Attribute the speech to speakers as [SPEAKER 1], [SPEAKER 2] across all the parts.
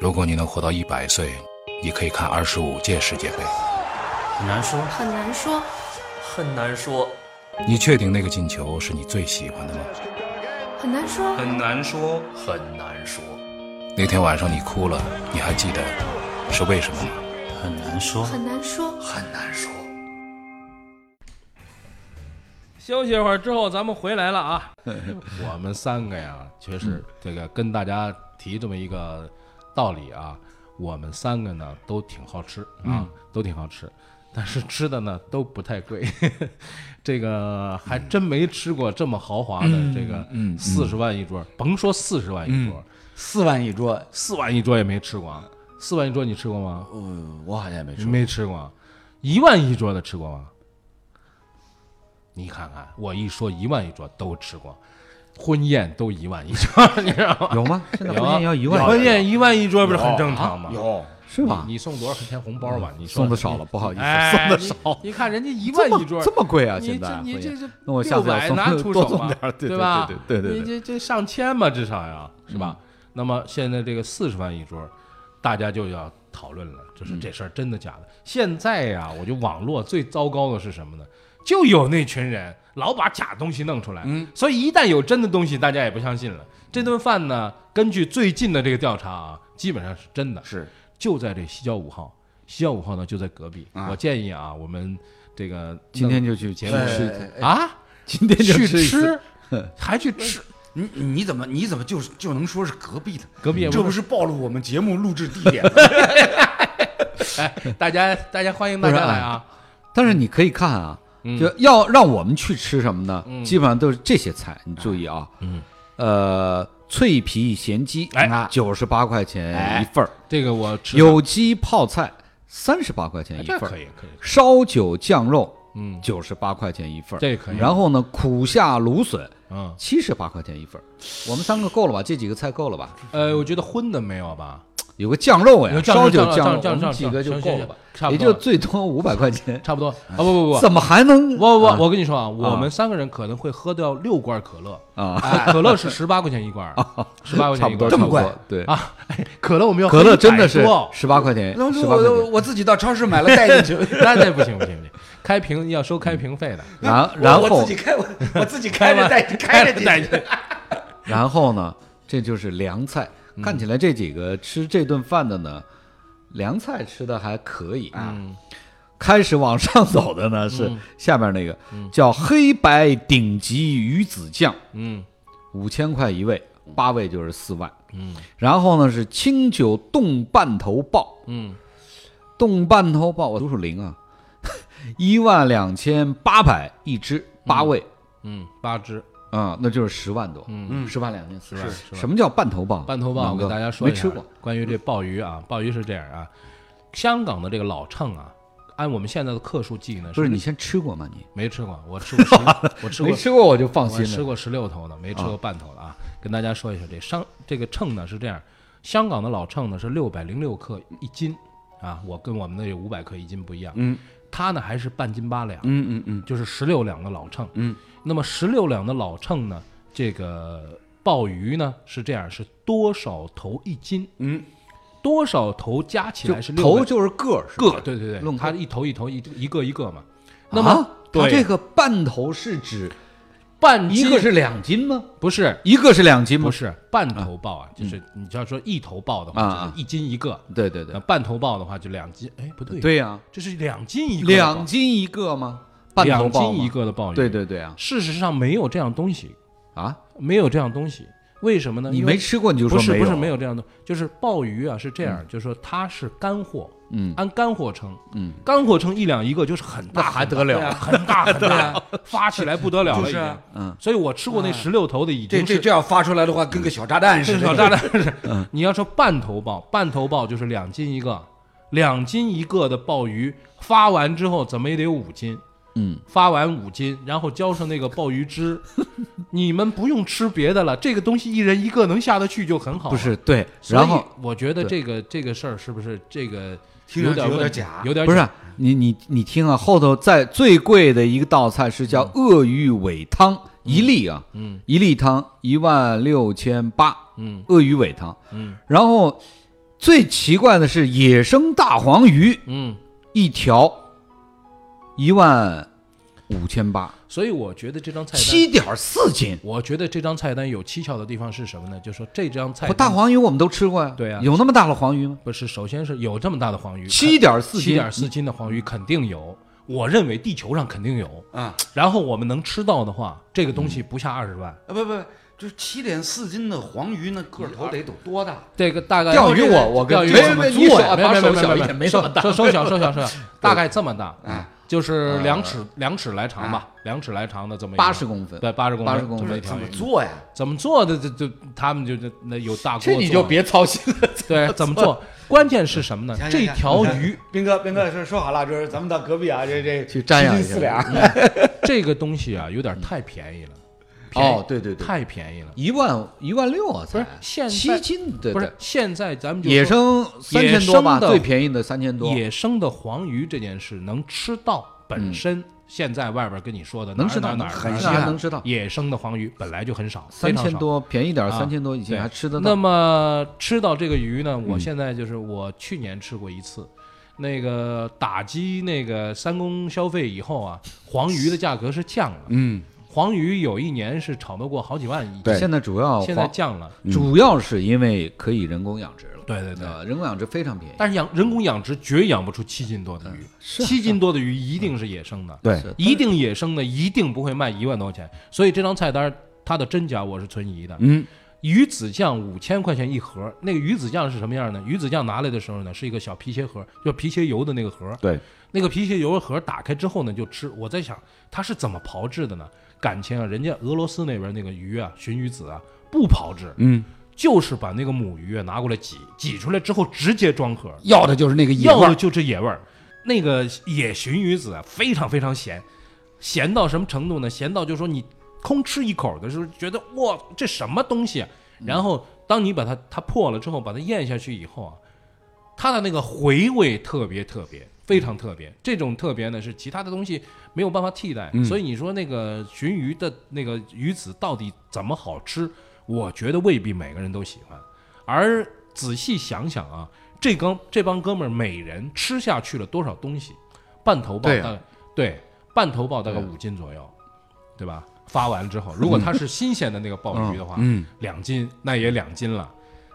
[SPEAKER 1] 如果你能活到一百岁，你可以看二十五届世界杯。
[SPEAKER 2] 很难说，
[SPEAKER 3] 很难说。
[SPEAKER 2] 很难说，
[SPEAKER 1] 你确定那个进球是你最喜欢的吗？
[SPEAKER 3] 很难说，
[SPEAKER 2] 很难说，很难说，
[SPEAKER 1] 那天晚上你哭了，你还记得是为什么吗？
[SPEAKER 4] 很难说，
[SPEAKER 3] 很难说。
[SPEAKER 2] 很难说。
[SPEAKER 5] 休息一会儿之后，咱们回来了啊。 我们三个呀，确实这个跟大家提这么一个道理啊，我们三个呢都挺好吃啊，都挺好吃，但是吃的呢都不太贵。 这个还真没吃过这么豪华的，这个四十万一桌，甭说四十万一桌，
[SPEAKER 4] 四万一桌，
[SPEAKER 5] 四万一桌也没吃过啊。四万一桌你吃过吗？
[SPEAKER 4] 呃，我好像也没吃过。
[SPEAKER 5] 没吃过，一万一桌的吃过吗？你看看，我一说一万一桌都吃过，婚宴都一万一桌，你知道吗？啊
[SPEAKER 6] 有吗？现在婚宴要一万，
[SPEAKER 5] 婚宴一万一桌不是很正常吗？
[SPEAKER 4] 有
[SPEAKER 6] 是吧？
[SPEAKER 5] 你你送多少钱红包吧？你说
[SPEAKER 6] 送的少了，不好意思，
[SPEAKER 5] 哎
[SPEAKER 6] 送的少。
[SPEAKER 5] 你看人家一
[SPEAKER 6] 这
[SPEAKER 5] 万
[SPEAKER 6] 么
[SPEAKER 5] 一桌，
[SPEAKER 6] 这么贵啊！
[SPEAKER 5] 你
[SPEAKER 6] 现
[SPEAKER 5] 这
[SPEAKER 6] 在
[SPEAKER 5] 你
[SPEAKER 6] 婚
[SPEAKER 5] 这
[SPEAKER 6] 宴
[SPEAKER 5] 这
[SPEAKER 6] 那我下
[SPEAKER 5] 六
[SPEAKER 6] 次要
[SPEAKER 5] 百
[SPEAKER 6] 送
[SPEAKER 5] 拿出
[SPEAKER 6] 多
[SPEAKER 5] 手
[SPEAKER 6] 送
[SPEAKER 5] 嘛
[SPEAKER 6] 点儿，对对
[SPEAKER 5] 吧？
[SPEAKER 6] 对对对对
[SPEAKER 5] 你
[SPEAKER 6] 对嗯
[SPEAKER 5] 这这上千嘛，至少呀，是吧？那么现在这个四十万一桌，大家就要讨论了，就是
[SPEAKER 6] 嗯
[SPEAKER 5] 这事儿真的假的？现在呀，我觉得网络最糟糕的是什么呢？就有那群人老把假东西弄出来，
[SPEAKER 6] 嗯
[SPEAKER 5] 所以一旦有真的东西，大家也不相信了。这顿饭呢，根据最近的这个调查啊，基本上是真的，
[SPEAKER 4] 是
[SPEAKER 5] 就在这西郊五号，西郊五号呢就在隔壁。我建议啊，我们这个
[SPEAKER 6] 今天就去
[SPEAKER 5] 节目
[SPEAKER 6] 节目
[SPEAKER 4] 哎
[SPEAKER 1] 哎
[SPEAKER 5] 是
[SPEAKER 6] 吃，
[SPEAKER 5] 啊，
[SPEAKER 6] 今天就
[SPEAKER 5] 去
[SPEAKER 6] 吃一次，
[SPEAKER 5] 吃，还去吃，
[SPEAKER 4] 你你怎么你怎么就是就能说是隔壁的？
[SPEAKER 5] 隔壁也
[SPEAKER 4] 这
[SPEAKER 5] 不
[SPEAKER 4] 不
[SPEAKER 5] 是
[SPEAKER 4] 是暴露我们节目录制地点吗？
[SPEAKER 5] 大家，大家欢迎大家来啊！
[SPEAKER 6] 但是你可以看啊，
[SPEAKER 5] 嗯
[SPEAKER 6] 就要让我们去吃什么呢？
[SPEAKER 5] 嗯
[SPEAKER 6] 基本上都是这些菜，你注意啊。
[SPEAKER 5] 嗯，
[SPEAKER 6] 呃，脆皮咸鸡，啊
[SPEAKER 5] 哎
[SPEAKER 6] 九十八块钱一份儿，
[SPEAKER 5] 这个我吃
[SPEAKER 6] 有机泡菜三十八块钱
[SPEAKER 5] 哎
[SPEAKER 6] 一
[SPEAKER 5] 这
[SPEAKER 6] 份
[SPEAKER 5] 可
[SPEAKER 6] 儿，
[SPEAKER 5] 以可以，
[SPEAKER 6] 烧酒酱肉
[SPEAKER 5] 嗯，
[SPEAKER 6] 九十八块钱一份儿，
[SPEAKER 5] 这可以
[SPEAKER 6] 然后呢，苦夏芦笋
[SPEAKER 5] 嗯，
[SPEAKER 6] 七十八块钱一份儿，我们三个够了吧？这几个菜够了吧？
[SPEAKER 5] 呃，我觉得荤的没有吧？
[SPEAKER 6] 有个酱肉呀
[SPEAKER 5] 有，酱
[SPEAKER 6] 烧
[SPEAKER 5] 肉
[SPEAKER 6] 酒
[SPEAKER 5] 酱肉
[SPEAKER 6] 肉，我
[SPEAKER 5] 酱肉
[SPEAKER 6] 们几个就
[SPEAKER 5] 酱肉
[SPEAKER 6] 够了吧
[SPEAKER 5] 行行行差？不
[SPEAKER 6] 也
[SPEAKER 5] 多
[SPEAKER 6] 就最多五百块钱，
[SPEAKER 5] 差不多啊！不不不
[SPEAKER 6] 怎么还能
[SPEAKER 5] 不，我我
[SPEAKER 6] 啊
[SPEAKER 5] 我跟你说啊，我们三个人可能会喝掉六罐可乐，
[SPEAKER 6] 啊？
[SPEAKER 5] 哎可乐是十八块钱一罐，十八块
[SPEAKER 6] 差
[SPEAKER 5] 钱一罐，
[SPEAKER 6] 不多差不
[SPEAKER 5] 差
[SPEAKER 6] 多
[SPEAKER 5] 不多
[SPEAKER 6] 对，
[SPEAKER 5] 啊！ 哎可乐我们要喝
[SPEAKER 6] 可乐真的是
[SPEAKER 5] 100多
[SPEAKER 6] 十八块钱，
[SPEAKER 4] 那
[SPEAKER 6] 哎十
[SPEAKER 4] 我
[SPEAKER 6] 八块
[SPEAKER 4] 我
[SPEAKER 6] 钱。
[SPEAKER 4] 我自己到超市买了带进去。
[SPEAKER 5] 那那不行不行不行，开瓶要收开瓶费的，
[SPEAKER 6] 然然
[SPEAKER 4] 我我
[SPEAKER 6] 后
[SPEAKER 4] 自己开我我自己开着带开着
[SPEAKER 5] 带
[SPEAKER 4] 进
[SPEAKER 5] 进
[SPEAKER 4] 去。
[SPEAKER 6] 然后呢，这就是凉菜。
[SPEAKER 5] 嗯
[SPEAKER 6] 看起来这几个吃这顿饭的呢，凉菜吃的还可以啊。
[SPEAKER 5] 嗯
[SPEAKER 6] 开始往上走的呢是下面那个叫黑白顶级鱼子酱，
[SPEAKER 5] 嗯
[SPEAKER 6] 五千块一位，八位就是四万。
[SPEAKER 5] 嗯
[SPEAKER 6] 然后呢是清酒冻半头鲍，
[SPEAKER 5] 嗯，
[SPEAKER 6] 冻半头鲍我读数零啊， 一万两千八百一只，八位。
[SPEAKER 5] 嗯， 八只，
[SPEAKER 6] 啊、那就是十万多，
[SPEAKER 5] 嗯，
[SPEAKER 6] 十万两千四万。
[SPEAKER 5] 是吧
[SPEAKER 6] 什么叫半头鲍？
[SPEAKER 5] 半头鲍，
[SPEAKER 6] 南
[SPEAKER 5] 我
[SPEAKER 6] 哥
[SPEAKER 5] 给大家说一
[SPEAKER 6] 没
[SPEAKER 5] 下，
[SPEAKER 6] 吃过。
[SPEAKER 5] 关于这鲍鱼啊，鲍鱼是这样啊，香港的这个老秤啊，按我们现在的克数计呢，
[SPEAKER 6] 不是你先吃过吗？你
[SPEAKER 5] 没吃过，我吃 过十，我吃过
[SPEAKER 6] 没吃过我就放
[SPEAKER 5] 我
[SPEAKER 6] 心
[SPEAKER 5] 吃
[SPEAKER 6] 了。
[SPEAKER 5] 过十六头的，没吃过半头的啊。跟大家说一下，这商这个秤呢是这样，香港的老秤呢是六百零六克一斤啊，我跟我们的有五百克一斤不一样。嗯，它呢还是半斤八两，
[SPEAKER 4] 嗯嗯嗯，
[SPEAKER 5] 就是十六两的老秤。
[SPEAKER 4] 嗯，
[SPEAKER 5] 那么十六两的老秤呢，这个鲍鱼呢是这样，是多少头一斤？
[SPEAKER 4] 嗯，
[SPEAKER 5] 多少头加起来是
[SPEAKER 6] 就
[SPEAKER 5] 六
[SPEAKER 6] 头
[SPEAKER 5] 百
[SPEAKER 6] 就是个儿，是吧
[SPEAKER 5] 个？对对对，
[SPEAKER 6] 论
[SPEAKER 5] 它
[SPEAKER 6] 个
[SPEAKER 5] 一头一头一一个一个嘛。
[SPEAKER 6] 啊
[SPEAKER 5] 那么、
[SPEAKER 6] 它
[SPEAKER 5] 对
[SPEAKER 6] 这个半头是指
[SPEAKER 5] 半
[SPEAKER 6] 一
[SPEAKER 5] 斤
[SPEAKER 6] 个是两斤吗？
[SPEAKER 5] 不是
[SPEAKER 6] 一个是两斤吗
[SPEAKER 5] 不？是半头鲍啊？就是你要说一头鲍的
[SPEAKER 6] 嗯啊
[SPEAKER 5] 话，
[SPEAKER 6] 啊
[SPEAKER 5] 就是一斤一个；
[SPEAKER 6] 对对
[SPEAKER 5] 那
[SPEAKER 6] 对，
[SPEAKER 5] 半头鲍的话就两斤。哎，不对，
[SPEAKER 6] 对呀，
[SPEAKER 5] 这是两斤一个的鲍，
[SPEAKER 6] 两斤一个吗？半头
[SPEAKER 5] 两
[SPEAKER 6] 鲍
[SPEAKER 5] 斤
[SPEAKER 6] 吗
[SPEAKER 5] 一。个的鲍鱼。
[SPEAKER 6] 对，对对啊
[SPEAKER 5] 事实上没有这样东西，
[SPEAKER 6] 啊！
[SPEAKER 5] 没有这样东西。为什么呢？
[SPEAKER 6] 你
[SPEAKER 5] 因为
[SPEAKER 6] 没吃过你就说
[SPEAKER 5] 不是不是没
[SPEAKER 6] 有，
[SPEAKER 5] 有这样的，就是鲍鱼啊是这样，就是说它是干货，
[SPEAKER 6] 嗯
[SPEAKER 5] 按干货称，
[SPEAKER 6] 嗯，
[SPEAKER 5] 干货称一两一个就是很
[SPEAKER 6] 那
[SPEAKER 5] 大，
[SPEAKER 6] 还得了？啊
[SPEAKER 5] 很大 很大，发起来不得了了已
[SPEAKER 4] 就是
[SPEAKER 5] 经
[SPEAKER 4] 啊。
[SPEAKER 6] 嗯，
[SPEAKER 5] 所以我吃过那十六头的已
[SPEAKER 4] 这
[SPEAKER 5] 经
[SPEAKER 4] 这
[SPEAKER 5] 是
[SPEAKER 4] 这要发出来的话，跟个小炸弹似
[SPEAKER 5] 是
[SPEAKER 4] 的。
[SPEAKER 5] 小炸弹是。
[SPEAKER 6] 嗯
[SPEAKER 5] 你要说半头鲍，半头鲍就是两斤一个，两斤一个的鲍鱼发完之后怎么也得有五斤。
[SPEAKER 6] 嗯，
[SPEAKER 5] 发完五斤，然后浇上那个鲍鱼 汁，你们不用吃别的了，这个东西一人一个能下得去就很好了。
[SPEAKER 6] 不是对，
[SPEAKER 5] 所以
[SPEAKER 6] 然后
[SPEAKER 5] 我觉得
[SPEAKER 6] 对
[SPEAKER 5] 这个这个事儿是不是这个
[SPEAKER 4] 听
[SPEAKER 5] 点
[SPEAKER 4] 上去有点
[SPEAKER 5] 问题
[SPEAKER 4] 假
[SPEAKER 5] 有点
[SPEAKER 6] 不是
[SPEAKER 5] 假
[SPEAKER 6] 啊你你你听啊，后头在最贵的一个道菜是叫鳄鱼尾汤，一粒啊，
[SPEAKER 5] 嗯
[SPEAKER 6] 一粒汤一万六千八，
[SPEAKER 5] 嗯
[SPEAKER 6] 鳄鱼尾汤，
[SPEAKER 5] 嗯，
[SPEAKER 6] 然后最奇怪的是野生大黄鱼
[SPEAKER 5] 嗯，
[SPEAKER 6] 一条一万五千八，
[SPEAKER 5] 所以我觉得这张菜单，
[SPEAKER 6] 七点四斤。
[SPEAKER 5] 我觉得这张菜单有蹊跷的地方是什么呢？就说这张菜
[SPEAKER 6] 我
[SPEAKER 5] 单
[SPEAKER 6] 大黄鱼我们都吃过呀，
[SPEAKER 5] 对呀
[SPEAKER 6] 有那么大的黄鱼吗？
[SPEAKER 5] 不是，首先是有这么大的黄鱼，
[SPEAKER 6] 七点四
[SPEAKER 5] 七
[SPEAKER 6] 斤，
[SPEAKER 5] 点四斤的黄鱼肯定有，我认为地球上肯定有。
[SPEAKER 4] 啊，
[SPEAKER 5] 然后我们能吃到的话，这个东西不下二十万。
[SPEAKER 4] 啊不不，就七点四斤的黄鱼，那个头得有多大？
[SPEAKER 5] 这个大概
[SPEAKER 6] 钓鱼我我
[SPEAKER 5] 钓
[SPEAKER 6] 跟
[SPEAKER 5] 鱼
[SPEAKER 6] 没
[SPEAKER 5] 我
[SPEAKER 6] 没
[SPEAKER 5] 们
[SPEAKER 6] 没，
[SPEAKER 5] 做
[SPEAKER 6] 你手
[SPEAKER 5] 呀没
[SPEAKER 6] 把
[SPEAKER 5] 没
[SPEAKER 6] 手
[SPEAKER 5] 没
[SPEAKER 6] 小一
[SPEAKER 5] 没
[SPEAKER 6] 点，没那么大。
[SPEAKER 5] 收收小收小收小，大概这么大，
[SPEAKER 4] 啊
[SPEAKER 5] 就是两尺两尺来长吧，两尺来长的这么一个
[SPEAKER 6] 80公分
[SPEAKER 5] 对，八十公分，
[SPEAKER 6] 80公分
[SPEAKER 5] 这么一
[SPEAKER 4] 怎
[SPEAKER 5] 条
[SPEAKER 4] 么
[SPEAKER 5] 鱼
[SPEAKER 4] 做呀？
[SPEAKER 5] 怎么做的？这这他们就就那有大锅做，
[SPEAKER 6] 这你就别操心了。
[SPEAKER 5] 对怎么做？关键是什么呢？
[SPEAKER 4] 行
[SPEAKER 5] 哎这条鱼，，
[SPEAKER 4] 行行斌哎哥，斌哥说说好了，就是咱们到隔壁啊，这这
[SPEAKER 6] 去瞻仰
[SPEAKER 4] 七
[SPEAKER 6] 一下
[SPEAKER 4] 斤四两，
[SPEAKER 5] 这个东西啊，有点太便宜了，便宜
[SPEAKER 6] 哦，对对对，
[SPEAKER 5] 太便宜了。
[SPEAKER 6] 一万一万六啊，
[SPEAKER 5] 不是
[SPEAKER 6] 才
[SPEAKER 5] 现在
[SPEAKER 6] 七斤，对
[SPEAKER 5] 不
[SPEAKER 6] 对
[SPEAKER 5] 是，，现在咱们就
[SPEAKER 6] 野
[SPEAKER 5] 说
[SPEAKER 6] 生三
[SPEAKER 5] 野
[SPEAKER 6] 千多吧，
[SPEAKER 5] 生的
[SPEAKER 6] 最便宜的三千多，
[SPEAKER 5] 野生的黄鱼这件事能吃到本身，现在外边跟你说的
[SPEAKER 6] 嗯能
[SPEAKER 5] 哪儿
[SPEAKER 6] 吃到
[SPEAKER 5] 哪儿哪儿
[SPEAKER 6] 很
[SPEAKER 5] 哪儿
[SPEAKER 6] 稀罕
[SPEAKER 5] 哪儿
[SPEAKER 6] 能吃到
[SPEAKER 5] 野生的黄鱼本来就很少，
[SPEAKER 6] 三
[SPEAKER 5] 非
[SPEAKER 6] 千
[SPEAKER 5] 常少。
[SPEAKER 6] 多便宜点儿，
[SPEAKER 5] 啊
[SPEAKER 6] 三千多以前
[SPEAKER 5] 对
[SPEAKER 6] 还吃得
[SPEAKER 5] 那
[SPEAKER 6] 到。嗯
[SPEAKER 5] 么吃到这个鱼呢，我现在就是我去年吃过一次，那个打击那个三公消费以后 啊，黄鱼的价格是降了。
[SPEAKER 4] 嗯，
[SPEAKER 5] 黄鱼有一年是炒到过好几万一斤，
[SPEAKER 4] 对
[SPEAKER 6] 现在主要
[SPEAKER 5] 现在
[SPEAKER 6] 黄
[SPEAKER 5] 降了。
[SPEAKER 4] 嗯
[SPEAKER 6] 主要是因为可以人工养殖了，
[SPEAKER 5] 对对对，
[SPEAKER 6] 呃，人工养殖非常便宜。
[SPEAKER 5] 但是养人工养殖绝养不出七斤多的鱼，
[SPEAKER 6] 是啊
[SPEAKER 5] 七斤多的鱼一定是野生的，
[SPEAKER 4] 对
[SPEAKER 6] 是
[SPEAKER 5] 一定野生的一定不会卖一万多块钱，所以这张菜单它的真假我是存疑的。
[SPEAKER 4] 嗯，
[SPEAKER 5] 鱼子酱五千块钱一盒，那个鱼子酱是什么样呢？鱼子酱拿来的时候呢，是一个小皮鞋盒，就皮鞋油的那个盒。
[SPEAKER 4] 对，
[SPEAKER 5] 那个皮鞋油盒打开之后呢，就吃。我在想它是怎么炮制的呢？感情啊，人家俄罗斯那边那个鱼啊，鲟鱼子啊，不炮制，
[SPEAKER 4] 嗯，
[SPEAKER 5] 就是把那个母鱼啊拿过来挤，挤出来之后直接装盒。
[SPEAKER 4] 要的就是那个野
[SPEAKER 5] 要
[SPEAKER 4] 味
[SPEAKER 5] 的
[SPEAKER 4] 儿，
[SPEAKER 5] 就是野味儿。那个野鲟鱼子啊，非常非常咸，咸到什么程度呢？咸到就是说你空吃一口的时候，觉得哇，这什么东西、啊？
[SPEAKER 4] 嗯
[SPEAKER 5] 然后当你把它它破了之后，把它咽下去以后啊，它的那个回味特别特别，非
[SPEAKER 4] 嗯
[SPEAKER 5] 常特别。这种特别呢是其他的东西没有办法替
[SPEAKER 4] 嗯
[SPEAKER 5] 代，所以你说那个鲟鱼的那个鱼子到底怎么好吃？我觉得未必每个人都喜欢。而仔细想想啊，这帮这帮哥们儿每人吃下去了多少东西？半头鲍
[SPEAKER 6] 对
[SPEAKER 5] 大
[SPEAKER 6] 啊
[SPEAKER 5] 概对半头鲍大概五斤左右，对吧？发完之后，如
[SPEAKER 6] 嗯
[SPEAKER 5] 果它是新鲜的那个鲍鱼的话，
[SPEAKER 4] 嗯，
[SPEAKER 5] 两斤那也两斤了，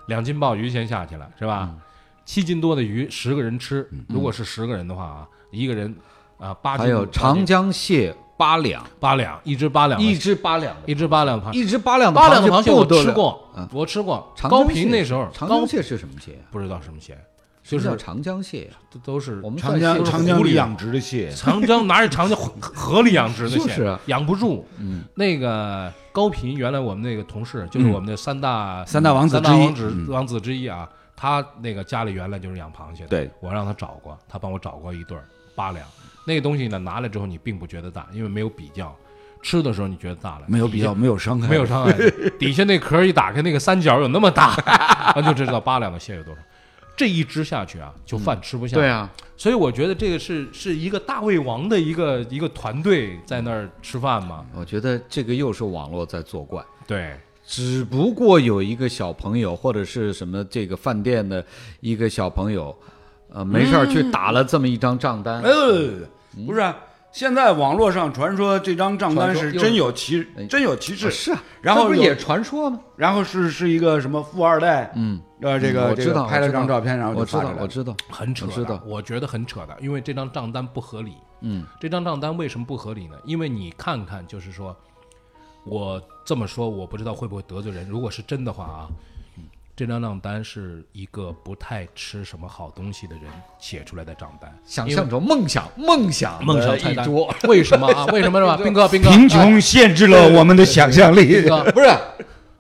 [SPEAKER 5] 两斤鲍鱼先下去了，是吧？
[SPEAKER 6] 嗯
[SPEAKER 5] 七斤多的鱼，十个人吃，如果是十个人的话啊，一个人啊、八斤
[SPEAKER 6] 还有长
[SPEAKER 5] 八斤
[SPEAKER 6] 江蟹八两，
[SPEAKER 5] 八两，一只八两的，
[SPEAKER 6] 一只八两的，
[SPEAKER 5] 一只八两螃，
[SPEAKER 6] 一只八两的
[SPEAKER 5] 啊八两的螃
[SPEAKER 6] 蟹
[SPEAKER 5] 蟹
[SPEAKER 6] 不
[SPEAKER 5] 我
[SPEAKER 6] 得了
[SPEAKER 5] 吃。过
[SPEAKER 6] 嗯，
[SPEAKER 5] 我吃过。
[SPEAKER 6] 长江
[SPEAKER 5] 高
[SPEAKER 6] 蟹
[SPEAKER 5] 平那时候，
[SPEAKER 6] 长
[SPEAKER 5] 高
[SPEAKER 6] 江蟹是什么蟹啊？
[SPEAKER 5] 不知道什么蟹，就
[SPEAKER 6] 什么
[SPEAKER 5] 是
[SPEAKER 6] 叫长江蟹啊？
[SPEAKER 5] 都都是
[SPEAKER 6] 我们
[SPEAKER 4] 长
[SPEAKER 6] 算
[SPEAKER 4] 江
[SPEAKER 6] 蟹
[SPEAKER 4] 长江里养殖的蟹，
[SPEAKER 5] 长江哪有长江河 河里养殖的蟹，
[SPEAKER 6] 就是啊
[SPEAKER 5] 养不住。
[SPEAKER 6] 嗯，
[SPEAKER 5] 那个高频，原来我们那个同事，就是我们的三大
[SPEAKER 4] 嗯三大王子
[SPEAKER 5] 三
[SPEAKER 4] 之一嗯
[SPEAKER 5] 大王子王子之一啊，他那个家里原来就是养螃蟹的，
[SPEAKER 6] 对，
[SPEAKER 5] 我让他找过，他帮我找过一对儿八两，那个东西呢拿来之后你并不觉得大，因为没有比较，吃的时候你觉得大了，
[SPEAKER 4] 没有比较，没有伤 害，
[SPEAKER 5] 没有伤害的，底下那壳一打开，那个三角有那么 大，那就知道八两的蟹有多少。这一只下去啊，就饭吃不下。
[SPEAKER 6] 对，啊，
[SPEAKER 5] 所以我觉得这个是是一个大胃王的一个一个团队在那儿吃饭嘛。
[SPEAKER 6] 我觉得这个又是网络在作怪。
[SPEAKER 5] 对，
[SPEAKER 6] 只不过有一个小朋友或者是什么这个饭店的一个小朋友，呃，没事儿去打了这么一张账单，
[SPEAKER 4] 呃，不是啊、现在网络上传说这张账单是真有其
[SPEAKER 6] 传说又
[SPEAKER 4] 真有其事，
[SPEAKER 6] 啊是啊，
[SPEAKER 4] 然
[SPEAKER 6] 这
[SPEAKER 4] 后
[SPEAKER 6] 不是
[SPEAKER 4] 有
[SPEAKER 6] 也传说吗？
[SPEAKER 4] 然后是是一个什么富二代，
[SPEAKER 6] 嗯，
[SPEAKER 4] 呃，这
[SPEAKER 6] 嗯
[SPEAKER 4] 个
[SPEAKER 6] 我
[SPEAKER 4] 这
[SPEAKER 6] 知道
[SPEAKER 4] 个拍了
[SPEAKER 6] 我知道
[SPEAKER 4] 张照片，然后
[SPEAKER 6] 我
[SPEAKER 4] 就
[SPEAKER 6] 知
[SPEAKER 4] 发出
[SPEAKER 6] 道
[SPEAKER 4] 来，了
[SPEAKER 6] 我。知道，
[SPEAKER 5] 很扯
[SPEAKER 6] 我知
[SPEAKER 5] 的
[SPEAKER 6] 道，
[SPEAKER 5] 我觉得很扯的，因为这张账单不合理。
[SPEAKER 6] 嗯，
[SPEAKER 5] 这张账单为什么不合理呢？因为你看看，就是说，我这么说，我不知道会不会得罪人。如果是真的话啊，这张账单是一个不太吃什么好东西的人写出来的账单，
[SPEAKER 6] 想
[SPEAKER 5] 因为
[SPEAKER 6] 象中梦想梦想
[SPEAKER 5] 梦想
[SPEAKER 6] 的
[SPEAKER 5] 菜
[SPEAKER 6] 一
[SPEAKER 5] 单
[SPEAKER 6] 桌，。
[SPEAKER 5] 为什么啊？为什么 是吧？斌哥，斌哥，
[SPEAKER 4] 贫穷限制了我们的想象力
[SPEAKER 5] 斌。哥，
[SPEAKER 6] 不是，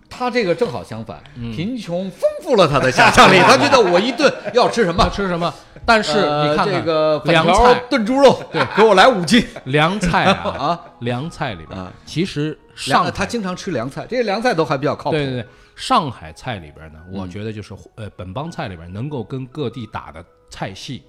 [SPEAKER 6] 他这个正好相反，贫穷丰富了他的 想象力，他觉得我一顿要吃什
[SPEAKER 5] 要
[SPEAKER 6] 么？
[SPEAKER 5] 吃什么？但是
[SPEAKER 6] 呃
[SPEAKER 5] 你看看、
[SPEAKER 6] 这个粉
[SPEAKER 5] 凉
[SPEAKER 6] 条
[SPEAKER 5] 菜，
[SPEAKER 6] 炖猪肉，对，给我来五斤
[SPEAKER 5] 凉菜啊，
[SPEAKER 6] 啊！
[SPEAKER 5] 凉菜里边、
[SPEAKER 6] 啊
[SPEAKER 5] 其实上
[SPEAKER 6] 凉呃
[SPEAKER 5] 海
[SPEAKER 6] 他经常吃凉菜，这些凉菜都还比较靠谱。
[SPEAKER 5] 对对对，上海菜里边呢，我觉得就是、呃本帮菜里边能够跟各地打的菜系，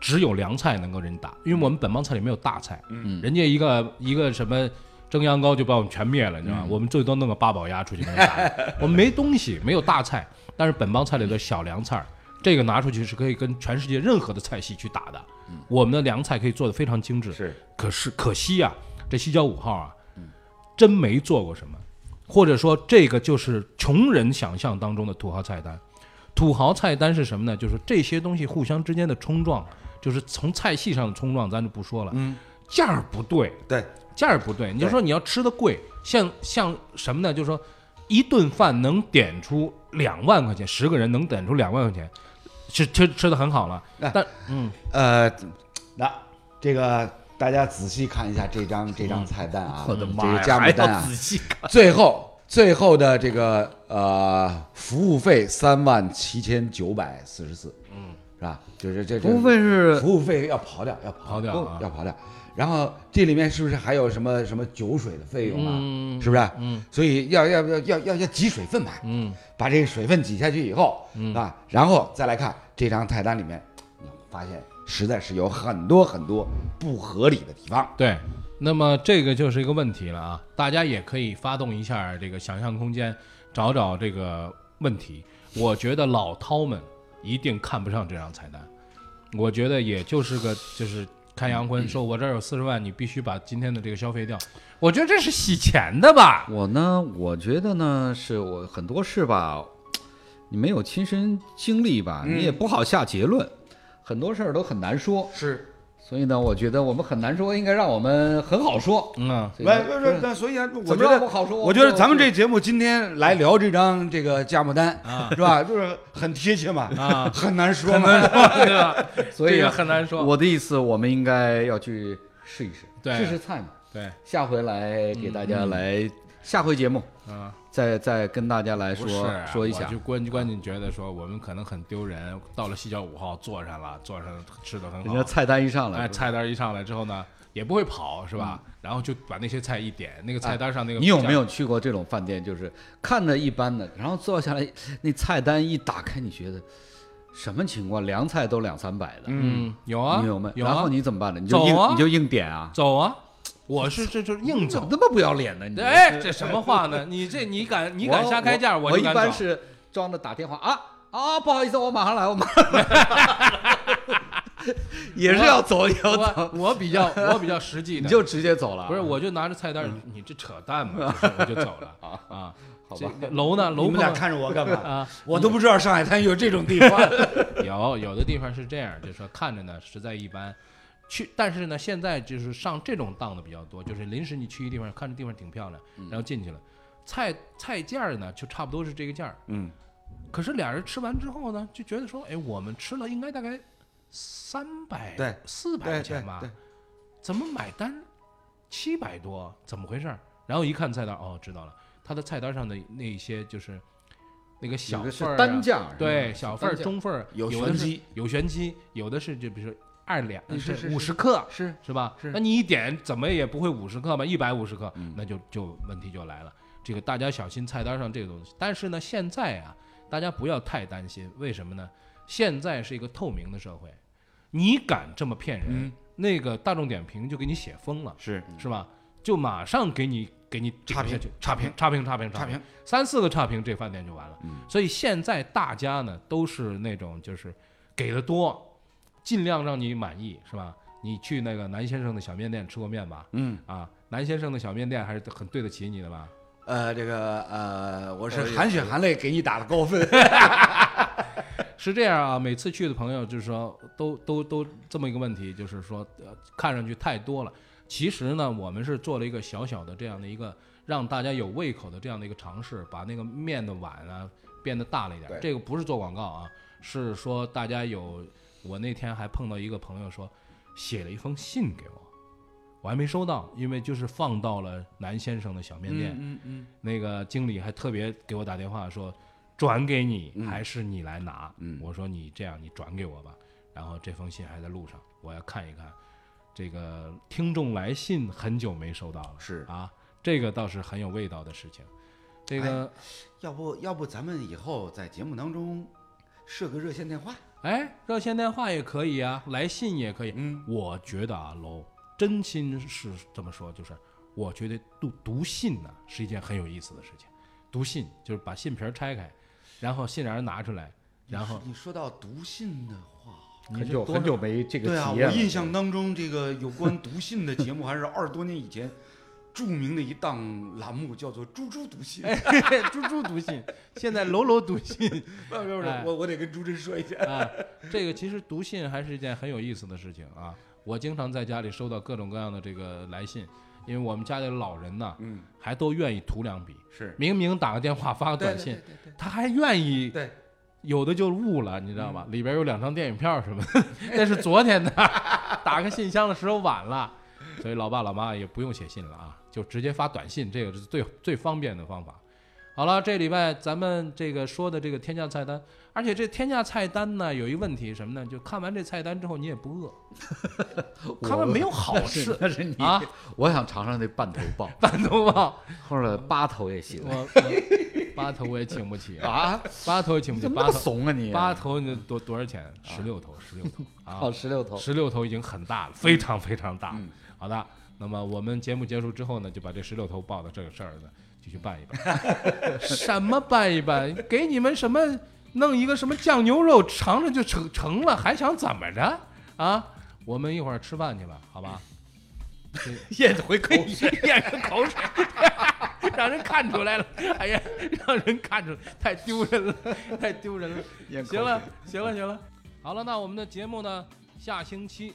[SPEAKER 5] 只有凉菜能够人打，因为我们本帮菜里没有大菜，嗯，人家一个一个什么。蒸羊羔就把我们全灭了，你知道吗？我们最多 弄个八宝鸭出去跟人打，我们没东西，没有大菜。但是本帮菜里的小凉菜儿这个拿出去是可以跟全世界任何的菜系去打的。我们的凉菜可以做的非常精致，
[SPEAKER 6] 是，
[SPEAKER 5] 可是可惜啊，这西郊五号啊，真没做过什么，或者说这个就是穷人想象当中的土豪菜单。土豪菜单是什么呢？就是这些东西互相之间的冲撞，就是从菜系上的冲撞，咱就不说了。嗯，价儿不对，
[SPEAKER 7] 对，
[SPEAKER 5] 价儿不对，你就说你要吃的贵，像像什么呢？就是说一顿饭能点出两万块钱，十个人能点出两万块钱，是吃吃的很好了，
[SPEAKER 7] 哎
[SPEAKER 5] 但嗯
[SPEAKER 7] 呃，那这个大家仔细看一下这张这张菜单啊，
[SPEAKER 6] 我的妈
[SPEAKER 7] 这
[SPEAKER 6] 呀
[SPEAKER 7] 个加
[SPEAKER 6] 还
[SPEAKER 7] 盟
[SPEAKER 6] 要
[SPEAKER 7] 单啊， 最后最后的这个呃服务费三万七千九百四十四，嗯，是吧？就是这这
[SPEAKER 6] 服务费是
[SPEAKER 7] 服务费要刨掉，要
[SPEAKER 5] 刨掉啊
[SPEAKER 7] 要刨掉。然后这里面是不是还有什么什么酒水的费用啊？
[SPEAKER 5] 嗯
[SPEAKER 7] 是不是？
[SPEAKER 5] 嗯，
[SPEAKER 7] 所以要要要要要要挤水分嘛，
[SPEAKER 5] 嗯，
[SPEAKER 7] 把这个水分挤下去以后，嗯啊，然后再来看这张菜单里面，你会发现实在是有很多很多不合理的地方。
[SPEAKER 5] 对，那么这个就是一个问题了啊！大家也可以发动一下这个想象空间，找找这个问题。我觉得老饕们一定看不上这张菜单，我觉得也就是个就是看洋 荤，说我这儿有四十万，你必须把今天的这个消费掉。我觉得这是洗钱的吧？
[SPEAKER 6] 我呢，我觉得呢，是我很多事吧，你没有亲身经历吧，
[SPEAKER 4] 嗯
[SPEAKER 6] 你也不好下结论，很多事儿都很难说。
[SPEAKER 7] 是，
[SPEAKER 6] 所以呢，我觉得我们很难说，应该让我们很好说。
[SPEAKER 5] 嗯啊，
[SPEAKER 6] 所以
[SPEAKER 4] 喂
[SPEAKER 6] 呢嗯
[SPEAKER 4] 喂喂，那所以啊，我
[SPEAKER 6] 怎么
[SPEAKER 4] 觉
[SPEAKER 6] 让
[SPEAKER 4] 得
[SPEAKER 6] 不好说？
[SPEAKER 4] 我觉得咱们这节目今天来聊这张这个价目单
[SPEAKER 5] 啊
[SPEAKER 4] 是吧？就是很贴切嘛，
[SPEAKER 5] 啊
[SPEAKER 4] 很难说嘛。
[SPEAKER 5] 对吧？
[SPEAKER 6] 所以
[SPEAKER 5] 这
[SPEAKER 6] 啊
[SPEAKER 5] 个很难说。
[SPEAKER 6] 我的意思，我们应该要去试一试，
[SPEAKER 5] 对
[SPEAKER 6] 试试菜嘛。
[SPEAKER 5] 对，
[SPEAKER 6] 下回来给大
[SPEAKER 4] 嗯
[SPEAKER 6] 家来，下回节目
[SPEAKER 5] 啊，
[SPEAKER 6] 再再跟大家来
[SPEAKER 5] 不
[SPEAKER 6] 说
[SPEAKER 5] 是啊
[SPEAKER 6] 说一
[SPEAKER 5] 我
[SPEAKER 6] 下
[SPEAKER 5] 就。关关键觉得说我们可能很丢人，到了西郊五号坐上了，坐上吃的很好，
[SPEAKER 6] 人家菜单一上来，
[SPEAKER 5] 哎，菜单一上来之后呢，也不会跑是吧？然后就把那些菜一点，那个菜单上那个、
[SPEAKER 6] 嗯啊你有没？有去过这种饭店？就是看着一般的，然后坐下来，那菜单一打开，你觉得什么情况？凉菜都两三百的，
[SPEAKER 5] 嗯，有啊，
[SPEAKER 6] 你有没有？
[SPEAKER 5] 有
[SPEAKER 6] 然后
[SPEAKER 5] 啊，
[SPEAKER 6] 你怎么办呢？你就硬、
[SPEAKER 5] 走啊
[SPEAKER 6] 你就硬点啊！
[SPEAKER 5] 走啊！我是这就是硬
[SPEAKER 6] 怎么
[SPEAKER 5] 走。
[SPEAKER 6] 那么不要脸呢？你
[SPEAKER 5] 哎，这什么话呢？你这你敢你敢
[SPEAKER 6] 我
[SPEAKER 5] 瞎开价，
[SPEAKER 6] 我
[SPEAKER 5] 就
[SPEAKER 6] 一
[SPEAKER 5] 敢
[SPEAKER 6] 般
[SPEAKER 5] 走
[SPEAKER 6] 是装着打电话啊啊，不好意思，我马上来，我马上来， 也是要走也要
[SPEAKER 5] 我
[SPEAKER 6] 走，
[SPEAKER 5] 我比 较我比较实际的，
[SPEAKER 6] 你就直接走了。啊
[SPEAKER 5] 不是我就拿着菜单，你这扯淡 嘛，就是我就走了啊。
[SPEAKER 6] 好
[SPEAKER 5] 这
[SPEAKER 6] 吧
[SPEAKER 5] 楼呢？
[SPEAKER 6] 啊
[SPEAKER 5] 楼
[SPEAKER 4] 你们俩
[SPEAKER 5] 碰到
[SPEAKER 4] 看着我干嘛？
[SPEAKER 5] 啊，
[SPEAKER 4] 我都不知道上海滩有这 种地方。
[SPEAKER 5] 有有的地方是这样，就是说看着呢实在一般，去但是呢现在就是上这种档的比较多，就是临时你去一地方看着地方挺漂亮，
[SPEAKER 7] 嗯
[SPEAKER 5] 然后进去了，菜菜价儿呢就差不多是这个价儿，
[SPEAKER 7] 嗯，
[SPEAKER 5] 可是俩人吃完之后呢，就觉得说，哎，我们吃了应该大概三百
[SPEAKER 7] 对
[SPEAKER 5] 四百
[SPEAKER 7] 对
[SPEAKER 5] 块
[SPEAKER 7] 对
[SPEAKER 5] 钱吧
[SPEAKER 7] 对，
[SPEAKER 5] 怎么买单七百多？怎么回事儿？然后一看菜单，哦，知道了，他的菜单上的那一些就是那个小
[SPEAKER 6] 有的
[SPEAKER 5] 份儿
[SPEAKER 6] 是
[SPEAKER 5] 啊
[SPEAKER 6] 单价，
[SPEAKER 5] 对，
[SPEAKER 7] 嗯
[SPEAKER 5] 小份儿、
[SPEAKER 6] 单价
[SPEAKER 5] 中份儿，
[SPEAKER 7] 有
[SPEAKER 5] 的
[SPEAKER 7] 玄
[SPEAKER 5] 是
[SPEAKER 7] 机，
[SPEAKER 5] 有玄机，有的是就比如说二两，
[SPEAKER 7] 嗯是是
[SPEAKER 5] 五十克，
[SPEAKER 7] 是
[SPEAKER 5] 是吧？
[SPEAKER 7] 是嗯
[SPEAKER 5] 那你一点怎么也不会五十克吧？一百五十克，那就就问题就来了。这个大家小心菜单上这个东西。但是呢，现在啊，大家不要太担心，为什么呢？现在是一个透明的社会，你敢这么骗人，那个大众点评就给你写疯了，
[SPEAKER 7] 嗯是
[SPEAKER 5] 是吧？就马上给你给你
[SPEAKER 7] 差评
[SPEAKER 5] 下去，差评，差评，差评，
[SPEAKER 7] 差评，嗯
[SPEAKER 5] 三四个差评，这饭店就完了。所以现在大家呢都是那种就是给的多，尽量让你满意，是吧？你去那个南先生的小面店吃过面吧？
[SPEAKER 7] 嗯
[SPEAKER 5] 啊，南先生的小面店还是很对得起你的吧？
[SPEAKER 4] 呃，这个呃，我是含血含泪给你打了高分。
[SPEAKER 5] 是这样啊，每次去的朋友就是说，都都都这么一个问题，就是说，呃，看上去太多了。其实呢，我们是做了一个小小的这样的一个让大家有胃口的这样的一个尝试，把那个面的碗啊变得大了一点。这个不是做广告啊，是说大家有。我那天还碰到一个朋友说，写了一封信给我，我还没收到，因为就是放到了南先生的小面店。
[SPEAKER 4] 嗯嗯，
[SPEAKER 5] 那个经理还特别给我打电话说，转给你还是你来拿？
[SPEAKER 7] 嗯
[SPEAKER 5] 我说你这样，你转给我吧。然后这封信还在路上，我要看一看。这个听众来信很久没收到了，
[SPEAKER 7] 是
[SPEAKER 5] 啊，这个倒是很有味道的事情。这个，
[SPEAKER 7] 要不要不咱们以后在节目当中设个热线电话？
[SPEAKER 5] 哎，热线电话也可以啊，来信也可以。
[SPEAKER 7] 嗯，
[SPEAKER 5] 我觉得啊，楼真心是这么说，就是我觉得读读信呢、是一件很有意思的事情。读信就是把信皮儿拆开，然后信瓤儿拿出来，然 后
[SPEAKER 7] 你说到读信的话，
[SPEAKER 6] 很久很久没这个
[SPEAKER 4] 对啊，
[SPEAKER 6] 体
[SPEAKER 4] 我
[SPEAKER 6] 验
[SPEAKER 4] 印
[SPEAKER 6] 了。
[SPEAKER 4] 象当中，这个有关读信的节目还是二十多年以前著名的一档栏目，叫做“猪猪读信”。 哎，
[SPEAKER 5] 猪猪读信，现在楼楼读信
[SPEAKER 4] 不不不
[SPEAKER 5] 哎，
[SPEAKER 4] 我我得跟朱真说一下。
[SPEAKER 5] 啊，这个其实读信还是一件很有意思的事情啊。我经常在家里收到各种各样的这个来信，因为我们家里的老人呢，
[SPEAKER 4] 嗯，
[SPEAKER 5] 还都愿意涂两笔，
[SPEAKER 4] 是
[SPEAKER 5] 明明打个电话发个短信，他还愿意
[SPEAKER 4] 对，
[SPEAKER 5] 有的就误了，你知道吗？里边有两张电影票什么的，那是昨天的， 打个信箱的时候晚了，所以老爸老妈也不用写信了啊，就直接发短信，这个是最最方便的方法。好了，这礼拜咱们这个说的这个天价菜单，而且这天价菜单呢有一问题什么呢？就看完这菜单之后你也不饿，看完没有好吃
[SPEAKER 6] 但是你
[SPEAKER 5] 啊，
[SPEAKER 6] 我想尝尝那半头鲍，
[SPEAKER 5] 半头吧，
[SPEAKER 6] 或者八头也行
[SPEAKER 5] 我我八头也请不起，
[SPEAKER 6] 啊？
[SPEAKER 5] 八头也请不起，
[SPEAKER 6] 你怎么
[SPEAKER 5] 八
[SPEAKER 6] 那么
[SPEAKER 5] 头
[SPEAKER 6] 怂啊你？
[SPEAKER 5] 八头你多多少钱？十六头，十六头啊，
[SPEAKER 6] 哦，十六头，嗯
[SPEAKER 5] 十六头已经很大了，非常非常大。好的，那么我们节目结束之后呢，就把这十六头报的这个事儿呢，就去办一办。 什么办一办？给你们什么弄一个什么酱牛肉尝尝就成成了，还想怎么着啊？我们一会儿吃饭去吧，好吧？
[SPEAKER 6] 咽回口水。
[SPEAKER 5] 咽个口水，让人看出来了。哎呀，让人看出来，太丢人了，太丢人了。
[SPEAKER 6] 咽口水
[SPEAKER 5] 行了，行 了，行了。好了，那我们的节目呢，下星期